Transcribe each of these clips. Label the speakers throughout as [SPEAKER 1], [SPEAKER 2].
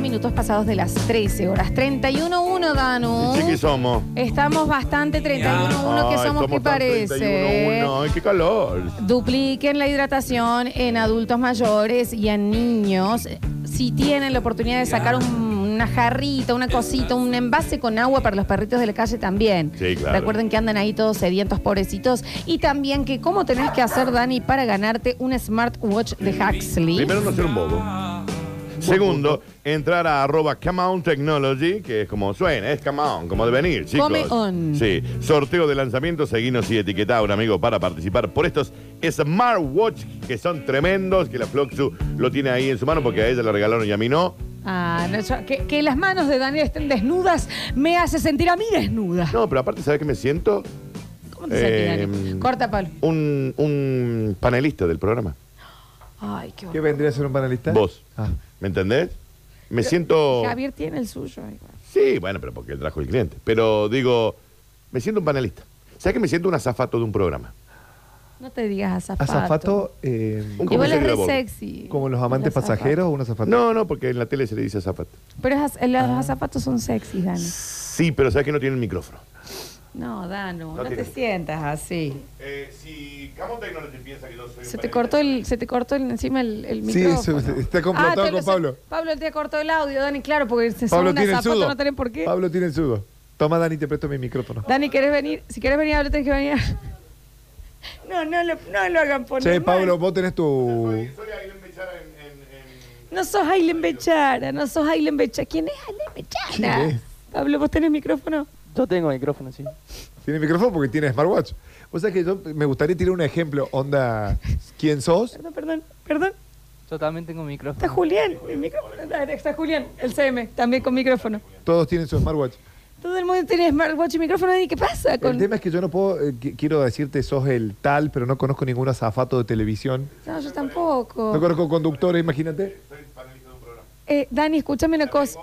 [SPEAKER 1] minutos pasados de las 13 horas. 31-1, Danu.
[SPEAKER 2] Chiqui somos.
[SPEAKER 1] Estamos bastante 31-1 ¿Eh? que
[SPEAKER 2] Ay,
[SPEAKER 1] somos, que
[SPEAKER 2] tan
[SPEAKER 1] parece.
[SPEAKER 2] 31, Ay, qué calor.
[SPEAKER 1] Dupliquen la hidratación en adultos mayores y en niños. Si tienen la oportunidad de sacar un- una jarrita, una cosita, un envase con agua para los perritos de la calle también.
[SPEAKER 2] Sí, claro.
[SPEAKER 1] Recuerden que andan ahí todos sedientos, pobrecitos. Y también que cómo tenés que hacer, Dani, para ganarte un smartwatch de Huxley.
[SPEAKER 2] Primero, no ser un bobo. Segundo, entrar a arroba Come On Technology, que es como suena, es Come On, como de venir, chicos.
[SPEAKER 1] Come on.
[SPEAKER 2] Sí, sorteo de lanzamiento, seguinos y etiquetá a un amigo para participar por estos smartwatch que son tremendos, que la Floxu lo tiene ahí en su mano porque a ella la regalaron y a mí no.
[SPEAKER 1] Ah, no, yo- que, que las manos de Daniel estén desnudas me hace sentir a mí desnuda.
[SPEAKER 2] No, pero aparte, ¿sabes qué me siento?
[SPEAKER 1] ¿Cómo te sentís,
[SPEAKER 2] Eh,
[SPEAKER 3] Em,
[SPEAKER 1] Dani? Corta, Pablo.
[SPEAKER 2] Un, un panelista del programa.
[SPEAKER 1] Ay, qué
[SPEAKER 3] ¿Qué
[SPEAKER 1] horror.
[SPEAKER 3] vendría a ser un panelista?
[SPEAKER 2] Vos.
[SPEAKER 3] Ah.
[SPEAKER 2] ¿Me entendés? Me siento...
[SPEAKER 1] Javier tiene el suyo. ahí va.
[SPEAKER 2] Sí, bueno, pero porque él trajo el cliente. Pero digo, me siento un panelista. ¿Sabes que me siento un azafato de un programa?
[SPEAKER 1] No te digas azafato.
[SPEAKER 3] Azafato, eh,
[SPEAKER 2] Un
[SPEAKER 1] Igual es
[SPEAKER 2] comercial de
[SPEAKER 1] re
[SPEAKER 2] la Volvo.
[SPEAKER 1] sexy.
[SPEAKER 3] como los amantes
[SPEAKER 1] El azafato.
[SPEAKER 3] pasajeros, un azafato.
[SPEAKER 2] No, no, porque en la tele se le dice azafato.
[SPEAKER 1] Pero es az- los
[SPEAKER 3] Ah.
[SPEAKER 1] azafatos son sexy, Dani.
[SPEAKER 2] Sí, pero ¿sabes que no tiene el micrófono?
[SPEAKER 1] No, Danu, no,
[SPEAKER 2] No
[SPEAKER 1] te
[SPEAKER 2] tiene.
[SPEAKER 1] sientas así.
[SPEAKER 2] Eh, si Camon Technology piensa que yo soy
[SPEAKER 1] Se te cortó el, se te cortó el- encima el, el
[SPEAKER 3] Sí,
[SPEAKER 1] micrófono. Ah,
[SPEAKER 3] se- se- está complotado
[SPEAKER 1] te lo-
[SPEAKER 3] con Pablo.
[SPEAKER 1] Pablo te cortó el audio, Dani, claro, porque se son
[SPEAKER 3] Pablo
[SPEAKER 1] un
[SPEAKER 3] tiene el
[SPEAKER 1] azafato,
[SPEAKER 3] sudo.
[SPEAKER 1] no tenés por qué.
[SPEAKER 3] Pablo tiene el sudo. Toma, Dani, te presto mi micrófono.
[SPEAKER 1] Dani, ¿querés venir? Si querés venir, ahora tenés que venir. No, no lo, pues, no lo hagan poner
[SPEAKER 3] Che,
[SPEAKER 1] mal.
[SPEAKER 3] Pablo, vos tenés tu...
[SPEAKER 1] No sos Ailen Bechara, no sos Ailen Bechara. ¿Quién es Ailen Bechara?
[SPEAKER 3] ¿Quién es?
[SPEAKER 1] Pablo, ¿vos tenés micrófono?
[SPEAKER 4] Yo tengo micrófono, sí.
[SPEAKER 3] Tiene micrófono porque tiene smartwatch. O sea que yo me gustaría tirar un ejemplo. Onda, ¿quién sos?
[SPEAKER 1] Perdón, perdón, perdón.
[SPEAKER 4] Yo también tengo
[SPEAKER 1] Está
[SPEAKER 4] micrófono.
[SPEAKER 1] Julián, el micrófono. Dale, Está Julián, el CM, también con micrófono.
[SPEAKER 3] Todos tienen su smartwatch.
[SPEAKER 1] Todo el mundo tiene smartwatch y micrófono, ¿y qué pasa? Con...
[SPEAKER 3] El tema es que yo no puedo, eh, qui- quiero decirte sos el tal, pero no conozco ningún azafato de televisión.
[SPEAKER 1] No, yo
[SPEAKER 3] No
[SPEAKER 1] tampoco.
[SPEAKER 3] conozco conductores, imagínate.
[SPEAKER 1] Eh, Dani, escúchame una cosa.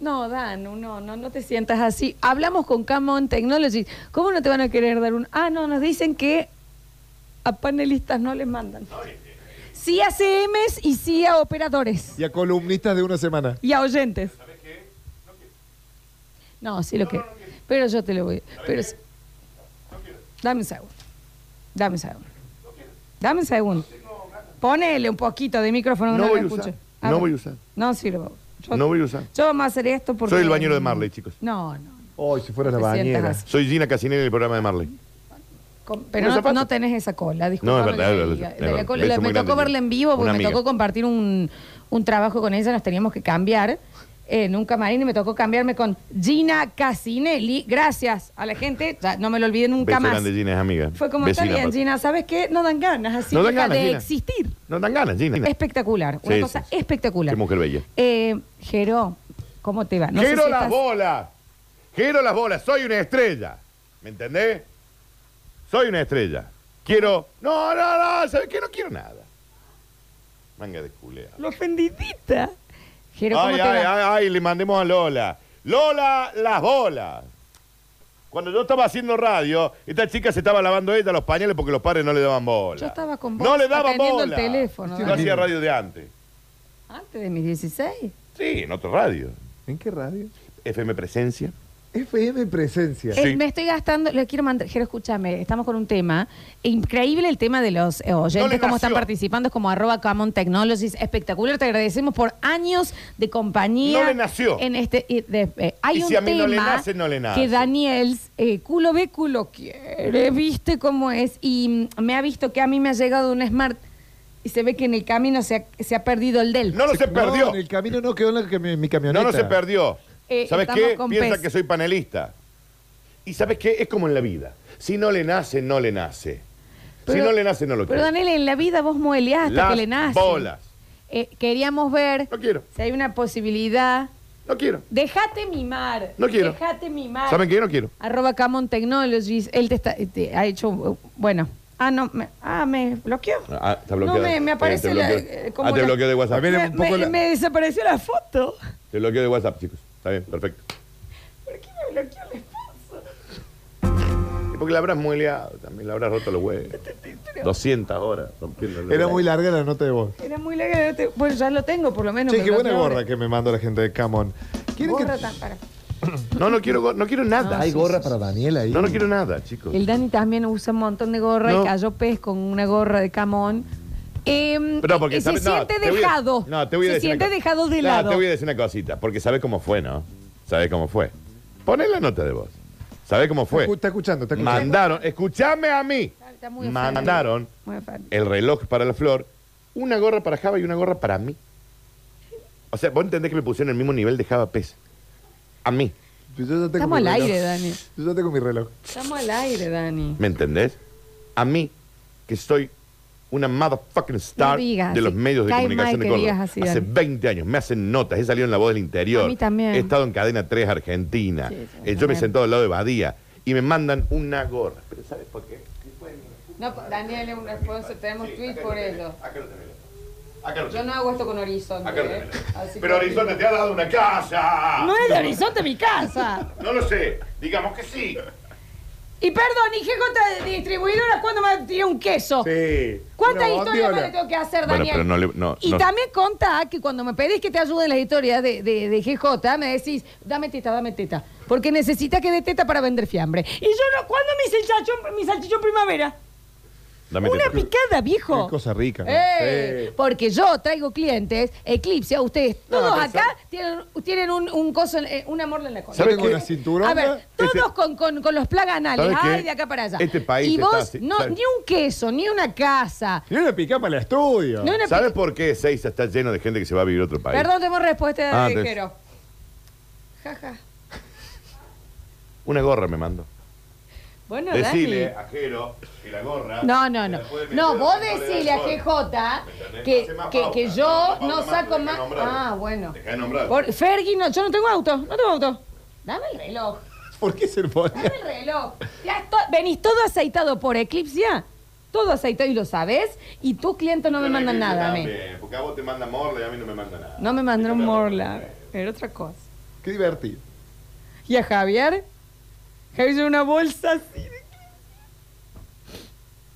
[SPEAKER 1] No, Danu, no, no, no te sientas así. Hablamos con Come On Technology. ¿Cómo no te van a querer dar un...? Ah, no, nos dicen que a panelistas no les mandan. Sí a CMs y sí a operadores.
[SPEAKER 3] Y a columnistas de una semana.
[SPEAKER 1] Y a oyentes. No, sí lo que. Pero yo te lo voy. Pero sí. Dame un segundo. Dame un segundo. Dame un segundo. Ponele un poquito de micrófono. que
[SPEAKER 2] No
[SPEAKER 1] lo
[SPEAKER 2] voy a usar.
[SPEAKER 1] escucho.
[SPEAKER 2] No
[SPEAKER 1] ver.
[SPEAKER 2] voy a usar.
[SPEAKER 1] No sirvo. Yo,
[SPEAKER 2] No voy a usar.
[SPEAKER 1] Yo vamos a hacer esto porque.
[SPEAKER 2] Soy el bañero de Marley, chicos.
[SPEAKER 1] No, no.
[SPEAKER 3] Hoy, si fuera la
[SPEAKER 1] Oh, Te sientas
[SPEAKER 3] bañera.
[SPEAKER 1] así.
[SPEAKER 2] Soy Gina Casinelli en el programa de Marley.
[SPEAKER 1] Com- Pero
[SPEAKER 2] Unos
[SPEAKER 1] no,
[SPEAKER 2] zapatos.
[SPEAKER 1] no tenés esa cola, disculpa.
[SPEAKER 2] No, es verdad, es verdad, es verdad. Beso
[SPEAKER 1] me
[SPEAKER 2] muy grande,
[SPEAKER 1] tocó verla en vivo porque
[SPEAKER 2] una
[SPEAKER 1] me
[SPEAKER 2] amiga.
[SPEAKER 1] tocó compartir un, un trabajo con ella, nos teníamos que cambiar en un camarín y me tocó cambiarme con Gina Casinelli. Gracias a la gente, ya no me lo olvidé nunca
[SPEAKER 2] Beso
[SPEAKER 1] más.
[SPEAKER 2] grande, Gina es amiga.
[SPEAKER 1] Fue como,
[SPEAKER 2] Vecina,
[SPEAKER 1] está bien,
[SPEAKER 2] aparte.
[SPEAKER 1] Gina, ¿sabes qué? No dan ganas, así
[SPEAKER 2] No dan
[SPEAKER 1] deja
[SPEAKER 2] ganas,
[SPEAKER 1] de
[SPEAKER 2] Gina.
[SPEAKER 1] existir.
[SPEAKER 2] No dan ganas, Gina.
[SPEAKER 1] Espectacular, una
[SPEAKER 2] Sí,
[SPEAKER 1] cosa
[SPEAKER 2] sí, sí.
[SPEAKER 1] espectacular.
[SPEAKER 2] Qué mujer bella.
[SPEAKER 1] Eh, Jero, ¿cómo te va? No sé
[SPEAKER 2] Quiero
[SPEAKER 1] si
[SPEAKER 2] las
[SPEAKER 1] estás-
[SPEAKER 2] bolas. Quiero las bolas. Soy una estrella. ¿Me entendés? Soy una estrella. Quiero. No, no, no. ¿Sabes qué? No quiero nada. Manga de culea.
[SPEAKER 1] Lo ofendidita. Jero, ¿cómo
[SPEAKER 2] Ay, ay,
[SPEAKER 1] te va?
[SPEAKER 2] ay, ay, le mandemos a Lola. Lola, las bolas. Cuando yo estaba haciendo radio, esta chica se estaba lavando ella los pañales porque los padres no le daban bola.
[SPEAKER 1] Yo estaba con vos
[SPEAKER 2] No le daban
[SPEAKER 1] atendiendo
[SPEAKER 2] bola.
[SPEAKER 1] el teléfono,
[SPEAKER 2] Yo
[SPEAKER 3] Dani.
[SPEAKER 2] hacía radio de antes.
[SPEAKER 1] Antes de mis 16.
[SPEAKER 2] Sí, en otra radio.
[SPEAKER 3] ¿En qué radio?
[SPEAKER 2] FM Presencia.
[SPEAKER 3] FM Presencia.
[SPEAKER 2] Sí.
[SPEAKER 1] Eh, me estoy gastando, le quiero mandar, Jero, escúchame, estamos con un tema, increíble el tema de los eh,
[SPEAKER 2] No
[SPEAKER 1] oyentes,
[SPEAKER 2] le
[SPEAKER 1] cómo
[SPEAKER 2] nació.
[SPEAKER 1] están participando, es como arroba Common Technologies, espectacular, te agradecemos por años de compañía.
[SPEAKER 2] No le nació.
[SPEAKER 1] En este, y de- eh, hay
[SPEAKER 2] Y
[SPEAKER 1] un
[SPEAKER 2] si a mí
[SPEAKER 1] tema
[SPEAKER 2] no le nace, no le nace.
[SPEAKER 1] que Daniel, eh, culo ve, culo quiere, viste cómo es, y mm, me ha visto que a mí me ha llegado un smart y se ve que en el camino se ha, se ha perdido el del.
[SPEAKER 2] No lo se
[SPEAKER 3] No,
[SPEAKER 2] perdió.
[SPEAKER 3] En el camino no quedó en, la cami- en mi camioneta.
[SPEAKER 2] No, no se perdió.
[SPEAKER 1] Eh,
[SPEAKER 2] ¿Sabes
[SPEAKER 1] estamos
[SPEAKER 2] qué?
[SPEAKER 1] con
[SPEAKER 2] Piensa
[SPEAKER 1] pez.
[SPEAKER 2] que soy panelista. ¿Y sabes qué? Es como en la vida. Si no le nace, no le nace. si
[SPEAKER 1] Pero-
[SPEAKER 2] no le nace, no lo
[SPEAKER 1] Pero
[SPEAKER 2] quiere.
[SPEAKER 1] Daniel, en la vida vos mueleaste
[SPEAKER 2] Las
[SPEAKER 1] que le nace.
[SPEAKER 2] bolas.
[SPEAKER 1] Eh, queríamos ver
[SPEAKER 2] No quiero,
[SPEAKER 1] si hay una posibilidad.
[SPEAKER 2] no quiero.
[SPEAKER 1] Déjate mimar.
[SPEAKER 2] No quiero.
[SPEAKER 1] Déjate mimar.
[SPEAKER 2] ¿Saben qué? No quiero.
[SPEAKER 1] Arroba Camon Technologies. Él te, está- te ha hecho. Bueno. Ah, no. Me, ah, me bloqueó.
[SPEAKER 2] Ah, está
[SPEAKER 1] No,
[SPEAKER 2] bloqueado.
[SPEAKER 1] me, me
[SPEAKER 2] Eh,
[SPEAKER 1] aparece
[SPEAKER 2] te
[SPEAKER 1] la.
[SPEAKER 2] bloqueó.
[SPEAKER 1] eh, como
[SPEAKER 2] Ah, te
[SPEAKER 1] la-
[SPEAKER 2] bloqueó de WhatsApp.
[SPEAKER 3] A ver,
[SPEAKER 1] me,
[SPEAKER 3] un poco
[SPEAKER 1] me-
[SPEAKER 3] la-
[SPEAKER 1] me desapareció la foto.
[SPEAKER 2] Te bloqueó de WhatsApp, chicos. Está bien, perfecto.
[SPEAKER 1] ¿Por qué me bloqueó la foto?
[SPEAKER 2] Y porque la habrás mueleado también, la habrás roto los huevos.
[SPEAKER 1] Este
[SPEAKER 2] 200 horas rompiendo los
[SPEAKER 3] Era
[SPEAKER 2] huevos.
[SPEAKER 3] muy larga la nota de voz.
[SPEAKER 1] Era muy larga. te- Bueno, ya lo tengo, por lo menos.
[SPEAKER 3] che,
[SPEAKER 1] me
[SPEAKER 3] qué
[SPEAKER 1] lo
[SPEAKER 3] buena
[SPEAKER 1] abre.
[SPEAKER 3] gorra que me mandó la gente de Camon. ¿Quieren que...
[SPEAKER 1] Gorra tan- para.
[SPEAKER 2] No, no quiero, go- no quiero nada.
[SPEAKER 3] Hay gorra para Daniel ahí.
[SPEAKER 2] No, no quiero nada, chicos.
[SPEAKER 1] El Dani también usa un montón de gorra
[SPEAKER 2] No.
[SPEAKER 1] y cayó pez con una gorra de camón. Em,
[SPEAKER 2] Pero porque
[SPEAKER 1] y se
[SPEAKER 2] sabe- no,
[SPEAKER 1] siente
[SPEAKER 2] te voy a-
[SPEAKER 1] dejado.
[SPEAKER 2] no, te voy a
[SPEAKER 1] se
[SPEAKER 2] decir una
[SPEAKER 1] siente
[SPEAKER 2] cosa.
[SPEAKER 1] dejado de
[SPEAKER 2] No,
[SPEAKER 1] lado.
[SPEAKER 2] te voy a decir una cosita, porque sabes cómo fue, ¿no? Sabes cómo fue. Poné la nota de voz. Sabes cómo
[SPEAKER 3] Está
[SPEAKER 2] fue.
[SPEAKER 3] escu- Está escuchando, está escuchando.
[SPEAKER 2] Mandaron, escúchame a mí.
[SPEAKER 1] Está- está muy ofendido.
[SPEAKER 2] Mandaron
[SPEAKER 1] Muy ofendido.
[SPEAKER 2] el reloj para la flor, una gorra para Java y una gorra para mí. O sea, vos entendés que me pusieron el mismo nivel de Java Pez. A mí.
[SPEAKER 3] Yo ya tengo
[SPEAKER 1] Estamos
[SPEAKER 3] mi
[SPEAKER 1] al
[SPEAKER 3] reloj.
[SPEAKER 1] aire, Dani.
[SPEAKER 3] Yo ya tengo mi reloj.
[SPEAKER 1] Estamos al aire, Dani.
[SPEAKER 2] ¿Me entendés? A mí, que soy una motherfucking star
[SPEAKER 1] digas
[SPEAKER 2] de los
[SPEAKER 1] así.
[SPEAKER 2] medios de
[SPEAKER 1] Cae mal
[SPEAKER 2] comunicación de
[SPEAKER 1] que
[SPEAKER 2] Córdoba.
[SPEAKER 1] digas así,
[SPEAKER 2] Hace
[SPEAKER 1] Dani.
[SPEAKER 2] 20 años, me hacen notas, he salido en La Voz del Interior.
[SPEAKER 1] A mí también.
[SPEAKER 2] He estado en Cadena 3 Argentina.
[SPEAKER 1] Sí, sí,
[SPEAKER 2] Eh,
[SPEAKER 1] también.
[SPEAKER 2] yo me he sentado al lado de Badía y me mandan una gorra. ¿Pero sabes por qué?
[SPEAKER 1] No, Daniel es un responso. Tenemos tweet por eso.
[SPEAKER 2] Acá lo tenés. Acá lo
[SPEAKER 1] Yo
[SPEAKER 2] tenés.
[SPEAKER 1] no hago esto con Horizonte.
[SPEAKER 2] Acá lo
[SPEAKER 1] ¿eh?
[SPEAKER 2] tenés.
[SPEAKER 1] Así
[SPEAKER 2] Pero
[SPEAKER 1] que-
[SPEAKER 2] Horizonte te ha dado una casa.
[SPEAKER 1] No es de Horizonte mi casa.
[SPEAKER 2] No lo sé, digamos que sí.
[SPEAKER 1] Y perdón, ¿y qué contra distribuidoras cuando me tiré un queso?
[SPEAKER 3] Sí.
[SPEAKER 1] ¿Cuántas
[SPEAKER 3] Una
[SPEAKER 1] historias más
[SPEAKER 3] bondiola.
[SPEAKER 1] le tengo que hacer,
[SPEAKER 2] Bueno,
[SPEAKER 1] Daniel?
[SPEAKER 2] pero no le- no,
[SPEAKER 1] y
[SPEAKER 2] no-
[SPEAKER 1] también conta que cuando me pedís que te ayude en las historias de, de- de GJ, me decís, dame teta, dame teta. Porque necesitas que dé teta para vender fiambre. Y yo no, ¿cuándo mi salchichón, mi salchichón primavera?
[SPEAKER 2] Dame
[SPEAKER 1] Una
[SPEAKER 2] teta.
[SPEAKER 1] picada, viejo.
[SPEAKER 3] Qué cosa rica, ¿no?
[SPEAKER 1] Eh,
[SPEAKER 3] Sí.
[SPEAKER 1] Porque yo traigo clientes, Eclipse, a ustedes,
[SPEAKER 3] No,
[SPEAKER 1] todos
[SPEAKER 3] pero
[SPEAKER 1] acá tienen, tienen un, un coso, en- eh, una morla en la cola.
[SPEAKER 3] ¿Sabes
[SPEAKER 2] qué?
[SPEAKER 3] una cinturona?
[SPEAKER 1] A ver, todos
[SPEAKER 2] Este-
[SPEAKER 1] con, con, con los plaganales,
[SPEAKER 2] ¿Sabes qué?
[SPEAKER 1] ay, de acá para allá.
[SPEAKER 2] Este país
[SPEAKER 1] y
[SPEAKER 2] está
[SPEAKER 1] vos,
[SPEAKER 2] así,
[SPEAKER 1] no,
[SPEAKER 2] ¿sabes?
[SPEAKER 1] ni un queso, ni una casa.
[SPEAKER 3] Y una pica para el estudio.
[SPEAKER 1] No, una
[SPEAKER 2] ¿Sabes por qué Seiza está lleno de gente que se va a vivir a otro país?
[SPEAKER 1] Perdón, tenemos respuesta
[SPEAKER 2] Ah,
[SPEAKER 1] de
[SPEAKER 2] te-
[SPEAKER 1] Viquero. Jaja.
[SPEAKER 2] Una gorra me mando.
[SPEAKER 1] Bueno,
[SPEAKER 2] Decile
[SPEAKER 1] Dani.
[SPEAKER 2] a Jero que la gorra.
[SPEAKER 1] No, no, no. No, vos decile
[SPEAKER 2] decile
[SPEAKER 1] a GJ que, que, que yo no saco más. Ah, bueno.
[SPEAKER 2] Deja de nombrar.
[SPEAKER 1] Por, Fergie, no, yo no tengo auto, no tengo auto. Dame el reloj.
[SPEAKER 3] ¿Por qué se lo ponía?
[SPEAKER 1] Dame el reloj. Ya estoy- venís todo aceitado por Eclipse ya. Todo aceitado y lo sabes. Y tus clientes no me mandan nada a mí.
[SPEAKER 2] Porque a vos te manda morla y a mí no me manda nada.
[SPEAKER 1] No me mandaron Morla. Pero otra cosa.
[SPEAKER 3] Qué divertido.
[SPEAKER 1] Y a Javier, Javier lleva una bolsa así. de-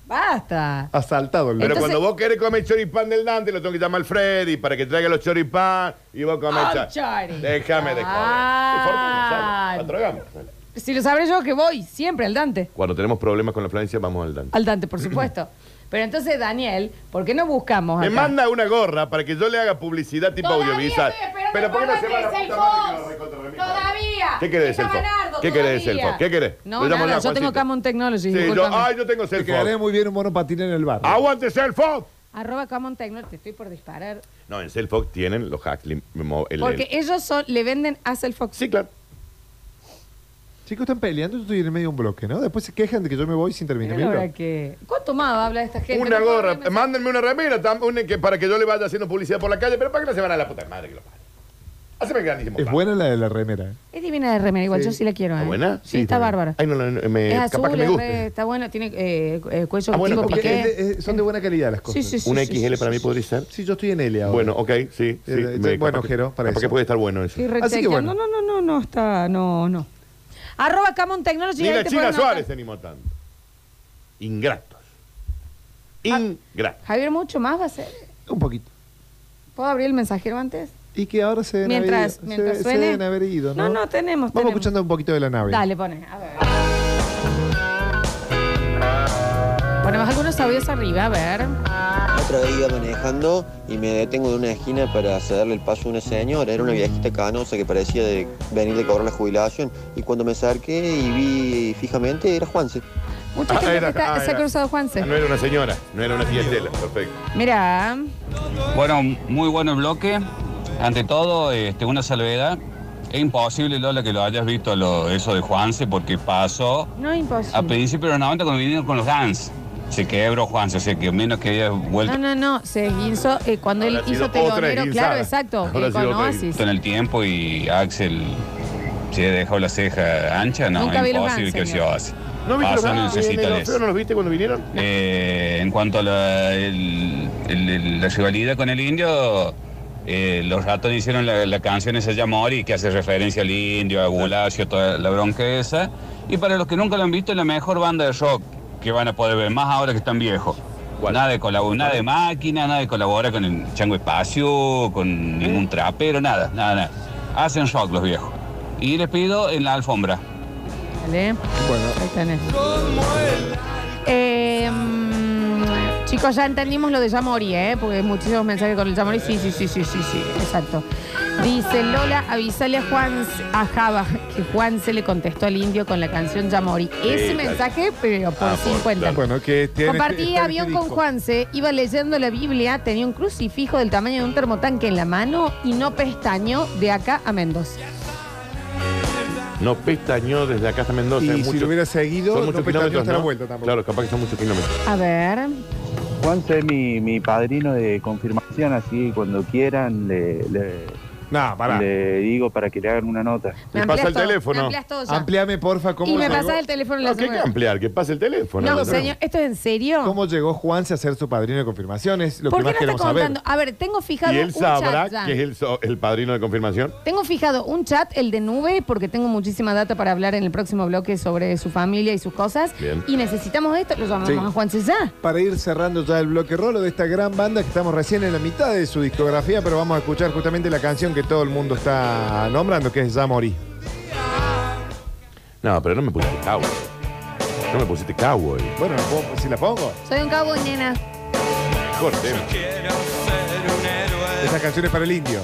[SPEAKER 1] Basta.
[SPEAKER 3] Asaltado el
[SPEAKER 2] Pero
[SPEAKER 1] Entonces-
[SPEAKER 2] cuando vos querés comer choripán del Dante, lo tengo que llamar al Freddy para que traiga los choripán y vos comés
[SPEAKER 1] Ay,
[SPEAKER 2] cha-
[SPEAKER 1] chori.
[SPEAKER 2] Déjame de comer.
[SPEAKER 1] Ah.
[SPEAKER 2] Qué fortuna, ¿sabes? La tragamos.
[SPEAKER 1] Si lo sabré yo que voy siempre al Dante.
[SPEAKER 2] Cuando tenemos problemas con la Florencia, vamos al Dante.
[SPEAKER 1] Al Dante, por supuesto. Pero entonces, Daniel, ¿por qué no buscamos
[SPEAKER 2] Me
[SPEAKER 1] acá?
[SPEAKER 2] manda una gorra para que yo le haga publicidad tipo
[SPEAKER 1] Todavía
[SPEAKER 2] audiovisual.
[SPEAKER 1] estoy esperando
[SPEAKER 2] Pero ¿por qué no se va
[SPEAKER 1] Juan
[SPEAKER 2] la puta
[SPEAKER 1] Andrés
[SPEAKER 2] madre que
[SPEAKER 1] Elfos.
[SPEAKER 2] lo recontra remita?
[SPEAKER 1] Todavía.
[SPEAKER 2] ¿Qué querés,
[SPEAKER 1] Está
[SPEAKER 2] Elfo?
[SPEAKER 1] Bernardo,
[SPEAKER 2] ¿Qué querés,
[SPEAKER 1] todavía.
[SPEAKER 2] Elfo? ¿Qué querés?
[SPEAKER 1] No,
[SPEAKER 2] Lo llamo
[SPEAKER 1] nada,
[SPEAKER 2] a
[SPEAKER 1] yo
[SPEAKER 2] Juancito.
[SPEAKER 1] tengo Camon Technology,
[SPEAKER 2] Sí, yo,
[SPEAKER 1] discúlpame.
[SPEAKER 2] ay, yo tengo
[SPEAKER 3] Te quedaría
[SPEAKER 2] Selfo.
[SPEAKER 3] muy bien un monopatín en el bar.
[SPEAKER 2] ¡Aguante Selfo!
[SPEAKER 1] Arroba Common Techno, te estoy por disparar.
[SPEAKER 2] No, en Selfo tienen los hacks. lim- mo- el-
[SPEAKER 1] Porque
[SPEAKER 2] el-
[SPEAKER 1] ellos son- le venden a Selfox.
[SPEAKER 2] Sí, claro.
[SPEAKER 3] Chicos, están peleando, yo estoy en el medio de un bloque, ¿no? Después se quejan de que yo me voy sin terminar mi
[SPEAKER 1] Ahora
[SPEAKER 3] bloque.
[SPEAKER 1] que... ¿Cuánto más habla esta gente?
[SPEAKER 2] Una
[SPEAKER 1] No puedo
[SPEAKER 2] gorra.
[SPEAKER 1] hablar, me-
[SPEAKER 2] Mándenme una remera tam- una que- para que yo le vaya haciendo publicidad por la calle. Pero ¿para qué no se van a la puta madre que lo pare? Haceme el grandísimo.
[SPEAKER 3] Es
[SPEAKER 2] favor.
[SPEAKER 3] buena la de la remera. ¿eh?
[SPEAKER 1] Es divina de remera, igual
[SPEAKER 3] Sí.
[SPEAKER 1] yo sí la quiero. ¿eh?
[SPEAKER 2] ¿Está buena?
[SPEAKER 1] Sí, está bárbara.
[SPEAKER 2] Ay, no, no, no, me,
[SPEAKER 1] es
[SPEAKER 2] capaz
[SPEAKER 1] azul,
[SPEAKER 2] que me
[SPEAKER 1] es
[SPEAKER 2] guste.
[SPEAKER 1] re- está buena, tiene eh, eh, cuello
[SPEAKER 2] Ah, bueno,
[SPEAKER 1] tipo
[SPEAKER 2] capaz
[SPEAKER 3] Porque
[SPEAKER 1] piqué.
[SPEAKER 3] es de- es- son de buena calidad las
[SPEAKER 1] Sí,
[SPEAKER 3] cosas.
[SPEAKER 1] sí, sí.
[SPEAKER 2] Una
[SPEAKER 1] sí, sí,
[SPEAKER 2] XL
[SPEAKER 1] sí,
[SPEAKER 2] para mí
[SPEAKER 1] sí.
[SPEAKER 2] podría ser.
[SPEAKER 3] Sí, yo estoy en L ahora.
[SPEAKER 2] Bueno, ok, sí. sí
[SPEAKER 3] Eh, eh,
[SPEAKER 2] me-
[SPEAKER 3] bueno,
[SPEAKER 2] capaz que-
[SPEAKER 3] Jero, para
[SPEAKER 2] capaz
[SPEAKER 3] eso.
[SPEAKER 2] que puede estar bueno eso.
[SPEAKER 1] Estoy
[SPEAKER 3] Así que
[SPEAKER 1] rechequeando.
[SPEAKER 3] bueno.
[SPEAKER 1] No, no, no, no, no está. No, no. Arroba Camon Technology.
[SPEAKER 2] Ni
[SPEAKER 1] ahí
[SPEAKER 2] la
[SPEAKER 1] te
[SPEAKER 2] China
[SPEAKER 1] pueden anotar.
[SPEAKER 2] Suárez eh. se animó tanto. Ingratos.
[SPEAKER 1] Ah.
[SPEAKER 2] Ingratos.
[SPEAKER 1] Javier, mucho más va a ser.
[SPEAKER 3] Un poquito.
[SPEAKER 1] ¿Puedo abrir el mensajero antes?
[SPEAKER 3] Y que ahora se deben
[SPEAKER 1] Mientras-
[SPEAKER 3] haber ido.
[SPEAKER 1] mientras
[SPEAKER 3] se,
[SPEAKER 1] suene.
[SPEAKER 3] se deben haber ido,
[SPEAKER 1] No,
[SPEAKER 3] ¿no?
[SPEAKER 1] no, tenemos,
[SPEAKER 3] Vamos
[SPEAKER 1] tenemos.
[SPEAKER 3] escuchando un poquito de la nave.
[SPEAKER 1] Dale, pone. A ver. Ponemos algunos audios arriba, a ver.
[SPEAKER 5] Otra vez iba manejando y me detengo de una esquina para cederle el paso a una señora. Era una viejita canosa que parecía de venir de cobrar la jubilación. Y cuando me acerqué y vi fijamente, era Juanse.
[SPEAKER 1] Mucha
[SPEAKER 2] Ah,
[SPEAKER 1] gente
[SPEAKER 2] era-
[SPEAKER 1] que está-
[SPEAKER 2] ah,
[SPEAKER 1] se ha
[SPEAKER 2] era.
[SPEAKER 1] cruzado Juanse.
[SPEAKER 2] No era una señora, no era una fiestela. Perfecto.
[SPEAKER 1] Mira,
[SPEAKER 6] Bueno, muy bueno el bloque. Ante todo, este, una salvedad. Es imposible, Lola, que lo hayas visto lo- eso de Juanse, porque pasó
[SPEAKER 1] no es
[SPEAKER 2] Ah,
[SPEAKER 6] a
[SPEAKER 1] imposible.
[SPEAKER 6] principios de los 90 cuando vinieron con los Guns. Se quebró Juanse, o sea que menos que haya vuelto
[SPEAKER 1] No, no, no, se guinzó eh, cuando él
[SPEAKER 2] Habrá sido
[SPEAKER 1] hizo
[SPEAKER 2] otra
[SPEAKER 1] telonero,
[SPEAKER 2] esguinzada.
[SPEAKER 1] claro, exacto,
[SPEAKER 2] Habrá
[SPEAKER 1] eh,
[SPEAKER 2] sido
[SPEAKER 1] con
[SPEAKER 2] otra
[SPEAKER 1] Oasis.
[SPEAKER 6] en el tiempo y Axel se ha dejado la ceja ancha. No,
[SPEAKER 1] Nunca
[SPEAKER 6] es
[SPEAKER 1] vi los
[SPEAKER 6] imposible
[SPEAKER 1] Guns,
[SPEAKER 6] que
[SPEAKER 1] señor.
[SPEAKER 6] sea así.
[SPEAKER 2] ¿No viste
[SPEAKER 6] Pasó,
[SPEAKER 2] los
[SPEAKER 6] no
[SPEAKER 2] Guns en
[SPEAKER 6] necesitan
[SPEAKER 2] el
[SPEAKER 6] eso.
[SPEAKER 2] Orfeo? ¿No los viste cuando vinieron?
[SPEAKER 6] Eh, en cuanto a la, el- el- el- la rivalidad con el indio, eh, los ratones hicieron la, la canción esa ya Mori, que hace referencia al indio, a Gulacio, toda la bronca esa. Y para los que nunca lo han visto, es la mejor banda de rock que van a poder ver, más ahora que están viejos.
[SPEAKER 2] ¿Cuál?
[SPEAKER 6] Nada de colabo- nada de máquina, nada de colabora con el Chango Espacio, con ningún trapero, nada, nada, nada. Hacen rock los viejos. Y les pido en la alfombra.
[SPEAKER 1] Dale.
[SPEAKER 3] Bueno,
[SPEAKER 1] Ahí tenés. Eh, mm, chicos, ya entendimos lo de Yamori, ¿eh? Porque muchísimos mensajes con el Yamori. Sí, sí, sí, sí, sí, sí, exacto. Dice Lola, avísale a Juan, a Java, que Juan se le contestó al indio con la canción Yamori. Ese
[SPEAKER 2] claro.
[SPEAKER 1] mensaje, pero por
[SPEAKER 2] Ah, por-
[SPEAKER 1] 50.
[SPEAKER 3] bueno, que tiene.
[SPEAKER 1] Compartí
[SPEAKER 3] está en
[SPEAKER 1] avión
[SPEAKER 3] este
[SPEAKER 1] con
[SPEAKER 3] disco.
[SPEAKER 1] Juanse, iba leyendo la Biblia, tenía un crucifijo del tamaño de un termotanque en la mano y no pestañó de acá a Mendoza.
[SPEAKER 2] No pestañó desde acá hasta Mendoza.
[SPEAKER 3] Y
[SPEAKER 2] es
[SPEAKER 3] si
[SPEAKER 2] mucho-
[SPEAKER 3] lo hubiera
[SPEAKER 2] son
[SPEAKER 3] seguido, no
[SPEAKER 2] muchos
[SPEAKER 3] pestañó
[SPEAKER 2] kilómetros,
[SPEAKER 3] hasta la
[SPEAKER 2] ¿no?
[SPEAKER 3] vuelta tampoco.
[SPEAKER 2] Claro, capaz que son muchos kilómetros.
[SPEAKER 1] A ver.
[SPEAKER 7] Juan es mi, mi padrino de confirmación, así que cuando quieran le, le-
[SPEAKER 3] No, pará.
[SPEAKER 7] le digo para que le hagan una nota.
[SPEAKER 2] Me
[SPEAKER 1] ampliás
[SPEAKER 2] pasa el
[SPEAKER 1] todo,
[SPEAKER 2] teléfono.
[SPEAKER 1] me ampliás todo ya.
[SPEAKER 3] Ampliame, porfa, cómo
[SPEAKER 1] Y me
[SPEAKER 3] llegó-
[SPEAKER 1] pasás el teléfono en la
[SPEAKER 2] No, que hay que
[SPEAKER 1] semana.
[SPEAKER 2] ampliar, que pase el teléfono.
[SPEAKER 1] No,
[SPEAKER 2] Lo tenemos.
[SPEAKER 1] señor, ¿esto es en serio?
[SPEAKER 3] ¿Cómo llegó Juanse a ser su padrino de confirmaciones? Lo
[SPEAKER 1] ¿Por
[SPEAKER 3] que
[SPEAKER 1] qué
[SPEAKER 3] más
[SPEAKER 1] no está
[SPEAKER 3] queremos saber.
[SPEAKER 1] contando? A ver, tengo fijado
[SPEAKER 2] Y él
[SPEAKER 1] un
[SPEAKER 2] sabrá
[SPEAKER 1] chat ya.
[SPEAKER 2] que es el, so- el padrino de confirmación.
[SPEAKER 1] Tengo fijado un chat, el de nube, porque tengo muchísima data para hablar en el próximo bloque sobre su familia y sus cosas.
[SPEAKER 2] Bien.
[SPEAKER 1] Y necesitamos esto, lo llamamos
[SPEAKER 3] Sí.
[SPEAKER 1] a Juan ya.
[SPEAKER 3] Para ir cerrando ya el bloque rolo de esta gran banda que estamos recién en la mitad de su discografía, pero vamos a escuchar justamente la canción que todo el mundo está nombrando, que es Ya Morí.
[SPEAKER 2] No, pero no me pusiste cowboy. No me pusiste cowboy.
[SPEAKER 3] Bueno, ¿la puedo- si la pongo.
[SPEAKER 1] Soy un cabo, nena.
[SPEAKER 2] Mejor tema.
[SPEAKER 3] Esa canción es para el indio.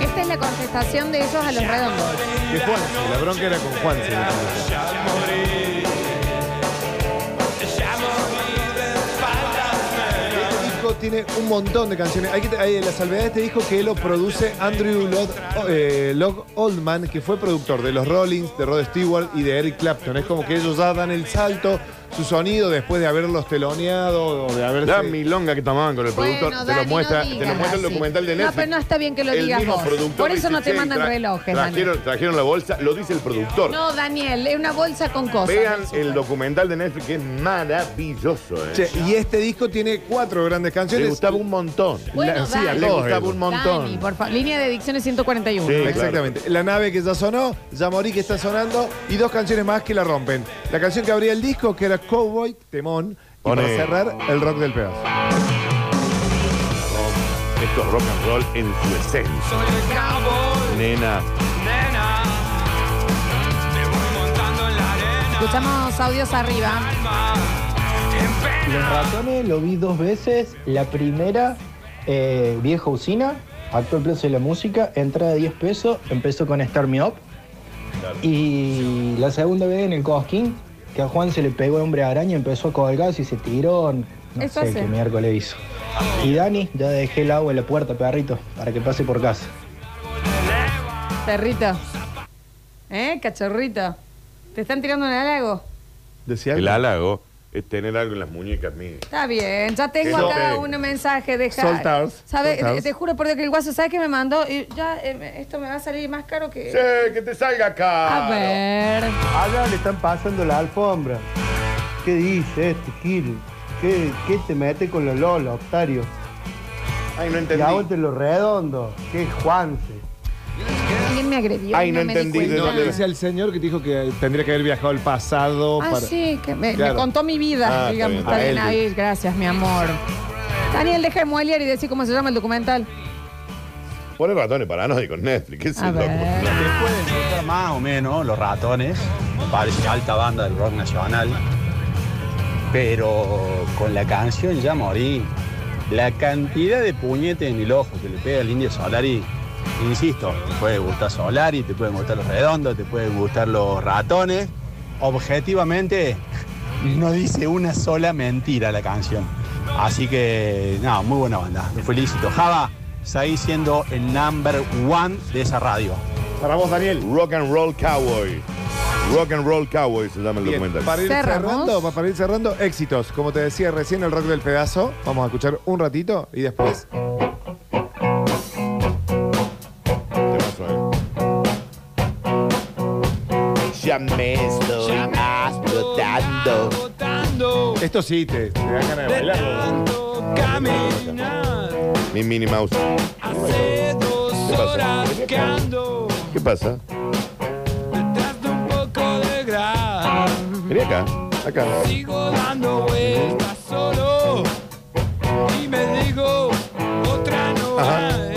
[SPEAKER 1] Esta es la contestación de ellos a los redondos.
[SPEAKER 3] De Juanse, la bronca era con Juanse. me parece. Este disco tiene un montón de canciones. Hay que, hay la salvedad de este disco que lo produce Andrew Log, Oldman, que fue productor de los Rollins, de Rod Stewart y de Eric Clapton. Es como que ellos ya dan el salto, su sonido, después de haberlos teloneado o de haberse...
[SPEAKER 2] La milonga que tomaban con el
[SPEAKER 1] Bueno,
[SPEAKER 2] productor te,
[SPEAKER 1] Dani,
[SPEAKER 2] lo muestra,
[SPEAKER 1] no
[SPEAKER 2] te lo
[SPEAKER 1] digas
[SPEAKER 2] muestra el
[SPEAKER 1] así.
[SPEAKER 2] documental de
[SPEAKER 1] No,
[SPEAKER 2] Netflix.
[SPEAKER 1] pero no está bien que lo
[SPEAKER 2] el
[SPEAKER 1] digas
[SPEAKER 2] mismo
[SPEAKER 1] vos.
[SPEAKER 2] productor
[SPEAKER 1] Por eso
[SPEAKER 2] dice,
[SPEAKER 1] no te
[SPEAKER 2] "Che,
[SPEAKER 1] mandan relojes, Dani".
[SPEAKER 2] Trajeron, trajeron la bolsa, lo dice el productor.
[SPEAKER 1] No, Daniel, es una bolsa con cosas.
[SPEAKER 2] Vean
[SPEAKER 1] Eso.
[SPEAKER 2] el documental de Netflix que es maravilloso. ¿eh?
[SPEAKER 3] Che, y este disco tiene cuatro grandes
[SPEAKER 2] Le
[SPEAKER 3] canciones.
[SPEAKER 2] gustaba un montón.
[SPEAKER 1] Bueno,
[SPEAKER 3] La- sí, a
[SPEAKER 1] Dani,
[SPEAKER 2] Le
[SPEAKER 3] todos
[SPEAKER 2] gustaba
[SPEAKER 3] ellos.
[SPEAKER 2] un
[SPEAKER 1] Dani,
[SPEAKER 2] montón.
[SPEAKER 1] por favor. Línea de dicciones 141.
[SPEAKER 2] Sí. claro.
[SPEAKER 3] Exactamente. La nave que ya sonó, Ya morí que está sonando y dos canciones más que la rompen. La canción que abría el disco, que era Cowboy, Temón, y
[SPEAKER 2] Pone-
[SPEAKER 3] para cerrar, el rock del pedazo.
[SPEAKER 2] Esto es rock and roll en su esencia. Nena,
[SPEAKER 1] Escuchamos audios arriba.
[SPEAKER 8] Los ratones lo vi dos veces. La primera, eh, vieja usina, actual plaza de la música, entrada 10 pesos, empezó con Star Me Up. Y la segunda vez en el Cosquín, que a Juan se le pegó el hombre araña, empezó a colgarse y se tiró. No
[SPEAKER 1] Eso
[SPEAKER 8] sé
[SPEAKER 1] hace.
[SPEAKER 8] qué miércoles hizo. Y Dani, ya dejé el agua en la puerta, perrito, para que pase por casa.
[SPEAKER 1] Perrito. ¿Eh? Cachorrito. ¿Te están tirando un halago?
[SPEAKER 3] Decía
[SPEAKER 2] el
[SPEAKER 3] algo.
[SPEAKER 2] halago es tener algo en las muñecas mías.
[SPEAKER 1] Está bien, ya tengo
[SPEAKER 2] Eso
[SPEAKER 1] a cada
[SPEAKER 2] pega.
[SPEAKER 1] uno mensaje, deja.
[SPEAKER 3] Soltados,
[SPEAKER 1] ¿Sabe?
[SPEAKER 3] soltados.
[SPEAKER 1] Te, te juro por Dios que el guaso, ¿sabes qué me mandó? Y ya, eh, me- esto me va a salir más caro que.
[SPEAKER 2] Che, que te salga acá.
[SPEAKER 1] A ver.
[SPEAKER 8] Ahora le están pasando la alfombra. ¿Qué dice este Kiri? ¿Qué, te mete con los Lola, Octario?
[SPEAKER 2] Ay, no entendí.
[SPEAKER 8] lo redondo. ¿Qué Juanse?
[SPEAKER 1] Alguien me agredió.
[SPEAKER 2] Ay,
[SPEAKER 1] y
[SPEAKER 2] no
[SPEAKER 1] me di
[SPEAKER 2] entendí de
[SPEAKER 1] cuenta.
[SPEAKER 3] No, le decía al señor que dijo que tendría que haber viajado al pasado
[SPEAKER 1] Ah,
[SPEAKER 3] para.
[SPEAKER 1] sí, que me, me
[SPEAKER 3] Claro.
[SPEAKER 1] contó mi vida.
[SPEAKER 2] Ah,
[SPEAKER 1] digamos,
[SPEAKER 2] está
[SPEAKER 1] está
[SPEAKER 2] bien.
[SPEAKER 1] bien,
[SPEAKER 2] A él,
[SPEAKER 1] ahí, gracias, mi amor. Daniel, deja de muelear y decir cómo se llama el documental.
[SPEAKER 2] Pone ratones paranoicos Netflix. ¿Qué es
[SPEAKER 1] A
[SPEAKER 2] el
[SPEAKER 1] ver.
[SPEAKER 2] documental?
[SPEAKER 7] Más o menos, los ratones, me parece alta banda del rock nacional, pero con la canción Ya Morí, la cantidad de puñetes en el ojo que le pega el indio Solari, insisto, te puede gustar Solari, te pueden gustar los redondos, te pueden gustar los ratones, objetivamente no dice una sola mentira la canción. Así que, no, muy buena banda, lo felicito. Java, seguís siendo el number one de esa radio.
[SPEAKER 3] Para vos, Daniel.
[SPEAKER 2] Rock and Roll Cowboy. Rock and Roll Cowboy se llama el
[SPEAKER 3] Bien,
[SPEAKER 2] documental.
[SPEAKER 3] para ir
[SPEAKER 1] Cerramos.
[SPEAKER 3] cerrando, pa- para ir cerrando, éxitos. Como te decía recién, el rock del pedazo. Vamos a escuchar un ratito y después.
[SPEAKER 2] Temazo, eh. Ya me estoy explotando.
[SPEAKER 3] Esto sí te, te da ganas de bailar.
[SPEAKER 2] eh. Mi Minnie Mouse. ¿Qué pasa? ¿Qué pasa? Vení acá, acá.
[SPEAKER 9] Sigo dando vueltas solo y me digo otra no
[SPEAKER 2] Ajá.
[SPEAKER 9] hay.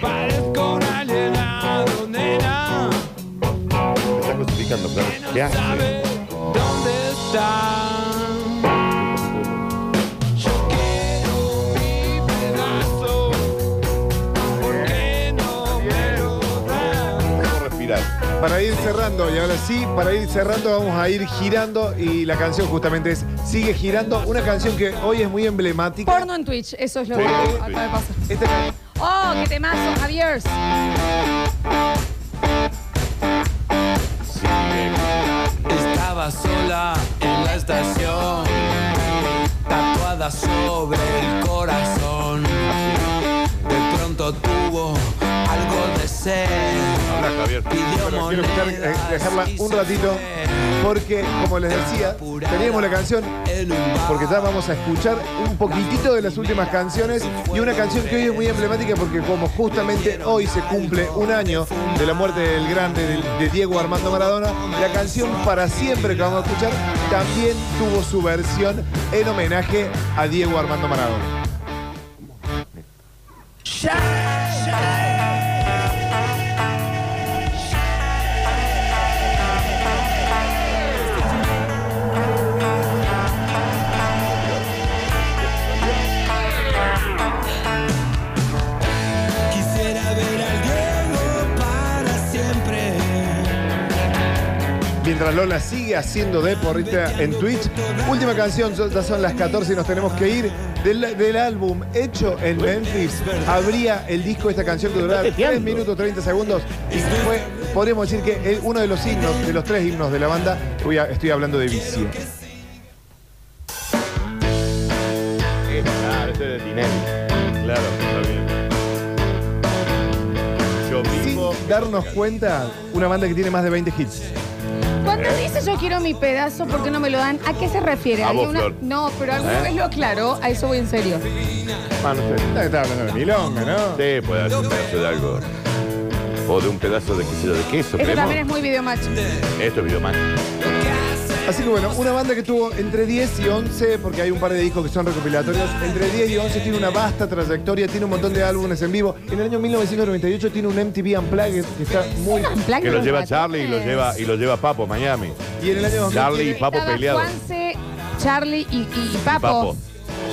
[SPEAKER 9] Parezco un alienado, nena,
[SPEAKER 2] Me está crucificando, Flor.
[SPEAKER 9] que no
[SPEAKER 2] ¿Qué haces?
[SPEAKER 9] sabe dónde está. Yo quiero mi pedazo, ¿por qué no me lo das?
[SPEAKER 2] ¿Cómo respirar?
[SPEAKER 3] Para ir cerrando, y ahora sí, para ir cerrando, vamos a ir girando. Y la canción justamente es Sigue girando. Una canción que hoy es muy emblemática.
[SPEAKER 1] Porno en Twitch, eso es lo
[SPEAKER 2] Sí,
[SPEAKER 1] que
[SPEAKER 2] sí.
[SPEAKER 1] acaba de pasar.
[SPEAKER 3] Esta can-
[SPEAKER 1] ¡Oh, qué temazo, Javier!
[SPEAKER 9] Estaba sola en la estación, tatuada sobre el corazón. De pronto tuvo algo de sed.
[SPEAKER 2] Habla, Javier.
[SPEAKER 9] Pidió
[SPEAKER 3] Bueno, quiero escuchar, eh, dejarla un ratito porque, como les decía, teníamos la canción porque ya vamos a escuchar un poquitito de las últimas canciones y una canción que hoy es muy emblemática porque como justamente hoy se cumple un año de la muerte del grande del- de, Diego Armando Maradona, la canción Para Siempre que vamos a escuchar también tuvo su versión en homenaje a Diego Armando Maradona.
[SPEAKER 9] Quisiera ver al Diego para siempre.
[SPEAKER 3] Mientras Lola sigue haciendo deportista en Twitch, última canción, son- ya son las 14 y nos tenemos que ir. Del, del álbum hecho en Memphis, abría el disco esta canción que duraba 3 minutos 30 segundos y fue, podríamos decir que es uno de los himnos, de los tres himnos de la banda, Uy, a- estoy hablando de vicio.
[SPEAKER 2] Claro, este es de Tinelli. Claro, está bien. Yo
[SPEAKER 3] Sin
[SPEAKER 2] vivo.
[SPEAKER 3] darnos cuenta, una banda que tiene más de 20 hits.
[SPEAKER 1] Cuando dice yo quiero mi pedazo, ¿por qué no me lo dan? ¿A qué se refiere?
[SPEAKER 2] A
[SPEAKER 1] ¿Hay
[SPEAKER 2] vos,
[SPEAKER 1] una-
[SPEAKER 2] Flor.
[SPEAKER 1] No, pero alguna
[SPEAKER 2] ¿Eh?
[SPEAKER 1] vez lo aclaró, a eso voy en serio.
[SPEAKER 3] Ah, no sé. Está, está hablando de Milonga, ¿no?
[SPEAKER 2] Sí, puede ser un pedazo de algo. O de un pedazo de queso de queso.
[SPEAKER 1] Eso
[SPEAKER 2] pero
[SPEAKER 1] también es muy video macho.
[SPEAKER 2] Esto es video más.
[SPEAKER 3] Así que bueno, una banda que tuvo entre 10 y 11, porque hay un par de discos que son recopilatorios, entre 10 y 11 tiene una vasta trayectoria, tiene un montón de álbumes en vivo. En el año 1998 tiene un MTV Unplugged que está muy...
[SPEAKER 2] Que lo lleva Charlie y lo lleva, y lo lleva Papo, Miami.
[SPEAKER 3] Y en el año 2000
[SPEAKER 2] Charlie y
[SPEAKER 3] tiene-
[SPEAKER 2] Papo
[SPEAKER 1] Estaba
[SPEAKER 2] peleados.
[SPEAKER 1] Juanse, Charlie y, y- y Papo.
[SPEAKER 2] Papo.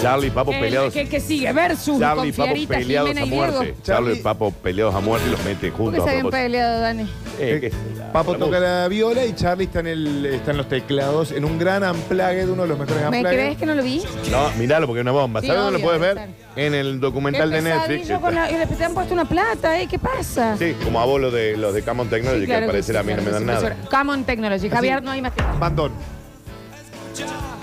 [SPEAKER 2] Charlie y Papo
[SPEAKER 1] El-
[SPEAKER 2] peleados.
[SPEAKER 1] que, que sigue versus
[SPEAKER 2] Charlie
[SPEAKER 1] Charlie,
[SPEAKER 2] y Papo
[SPEAKER 1] Fiarita,
[SPEAKER 2] peleados
[SPEAKER 1] Jimena
[SPEAKER 2] a
[SPEAKER 1] y Diego.
[SPEAKER 2] muerte. Charlie y
[SPEAKER 3] Charlie-
[SPEAKER 2] Papo peleados a muerte y los
[SPEAKER 1] ¿Por qué
[SPEAKER 2] meten juntos
[SPEAKER 1] se
[SPEAKER 2] a
[SPEAKER 1] habían
[SPEAKER 2] propósito.
[SPEAKER 1] peleado, Dani?
[SPEAKER 2] Eh,
[SPEAKER 3] Eh,
[SPEAKER 2] que-
[SPEAKER 3] Papo
[SPEAKER 2] la
[SPEAKER 3] toca
[SPEAKER 2] música.
[SPEAKER 3] la viola y Charlie está en, el, está en los teclados, en un gran Unplugged, uno de los mejores
[SPEAKER 1] ¿Me crees
[SPEAKER 3] Unplugged.
[SPEAKER 1] que no lo vi?
[SPEAKER 2] No, miralo porque es una bomba.
[SPEAKER 1] Sí,
[SPEAKER 2] ¿Sabes dónde lo
[SPEAKER 1] obvio,
[SPEAKER 2] puedes ver?
[SPEAKER 1] claro.
[SPEAKER 2] En el documental de
[SPEAKER 1] Qué pesadillo
[SPEAKER 2] Netflix. Este
[SPEAKER 1] con la- y le te han puesto una plata, ¿eh? ¿Qué pasa?
[SPEAKER 2] Sí, como a vos los de, los de Camon Technology,
[SPEAKER 1] Sí, claro
[SPEAKER 2] que al parecer
[SPEAKER 1] sí,
[SPEAKER 2] a mí no
[SPEAKER 1] claro
[SPEAKER 2] me
[SPEAKER 1] que
[SPEAKER 2] dan
[SPEAKER 1] sí,
[SPEAKER 2] nada.
[SPEAKER 1] profesora. Come on Technology. Javier, no hay más tiempo.
[SPEAKER 3] Bandón.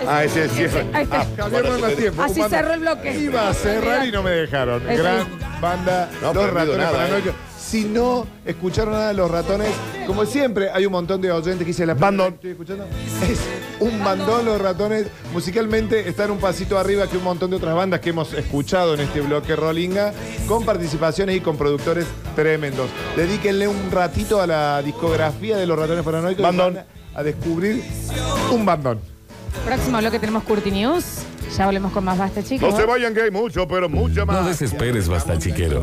[SPEAKER 2] Ah, ese es el cierre.
[SPEAKER 1] Ahí está.
[SPEAKER 2] Ah,
[SPEAKER 3] Javier, no hay más tiempo.
[SPEAKER 1] Así
[SPEAKER 3] Banda-
[SPEAKER 1] cerró el bloque.
[SPEAKER 3] Iba a cerrar y no me dejaron.
[SPEAKER 1] Eso
[SPEAKER 3] Gran banda,
[SPEAKER 2] No ha
[SPEAKER 3] Los
[SPEAKER 2] aprendido
[SPEAKER 3] Ratones
[SPEAKER 2] nada, eh.
[SPEAKER 3] Paranoicos. Si no escucharon nada de Los Ratones, como siempre, hay un montón de oyentes que dicen la bandón. Estoy escuchando. Es un bandón Los Ratones. Musicalmente están un pasito arriba que un montón de otras bandas que hemos escuchado en este bloque Rollinga, con participaciones y con productores tremendos. Dedíquenle un ratito a la discografía de Los Ratones Paranoicos. y
[SPEAKER 2] Bandón.
[SPEAKER 3] van A descubrir un bandón.
[SPEAKER 1] Próximo bloque tenemos Curti News. Ya volvemos con más basta, chicos.
[SPEAKER 2] No se vayan que hay mucho, pero mucho más.
[SPEAKER 10] No desesperes, basta chiquero.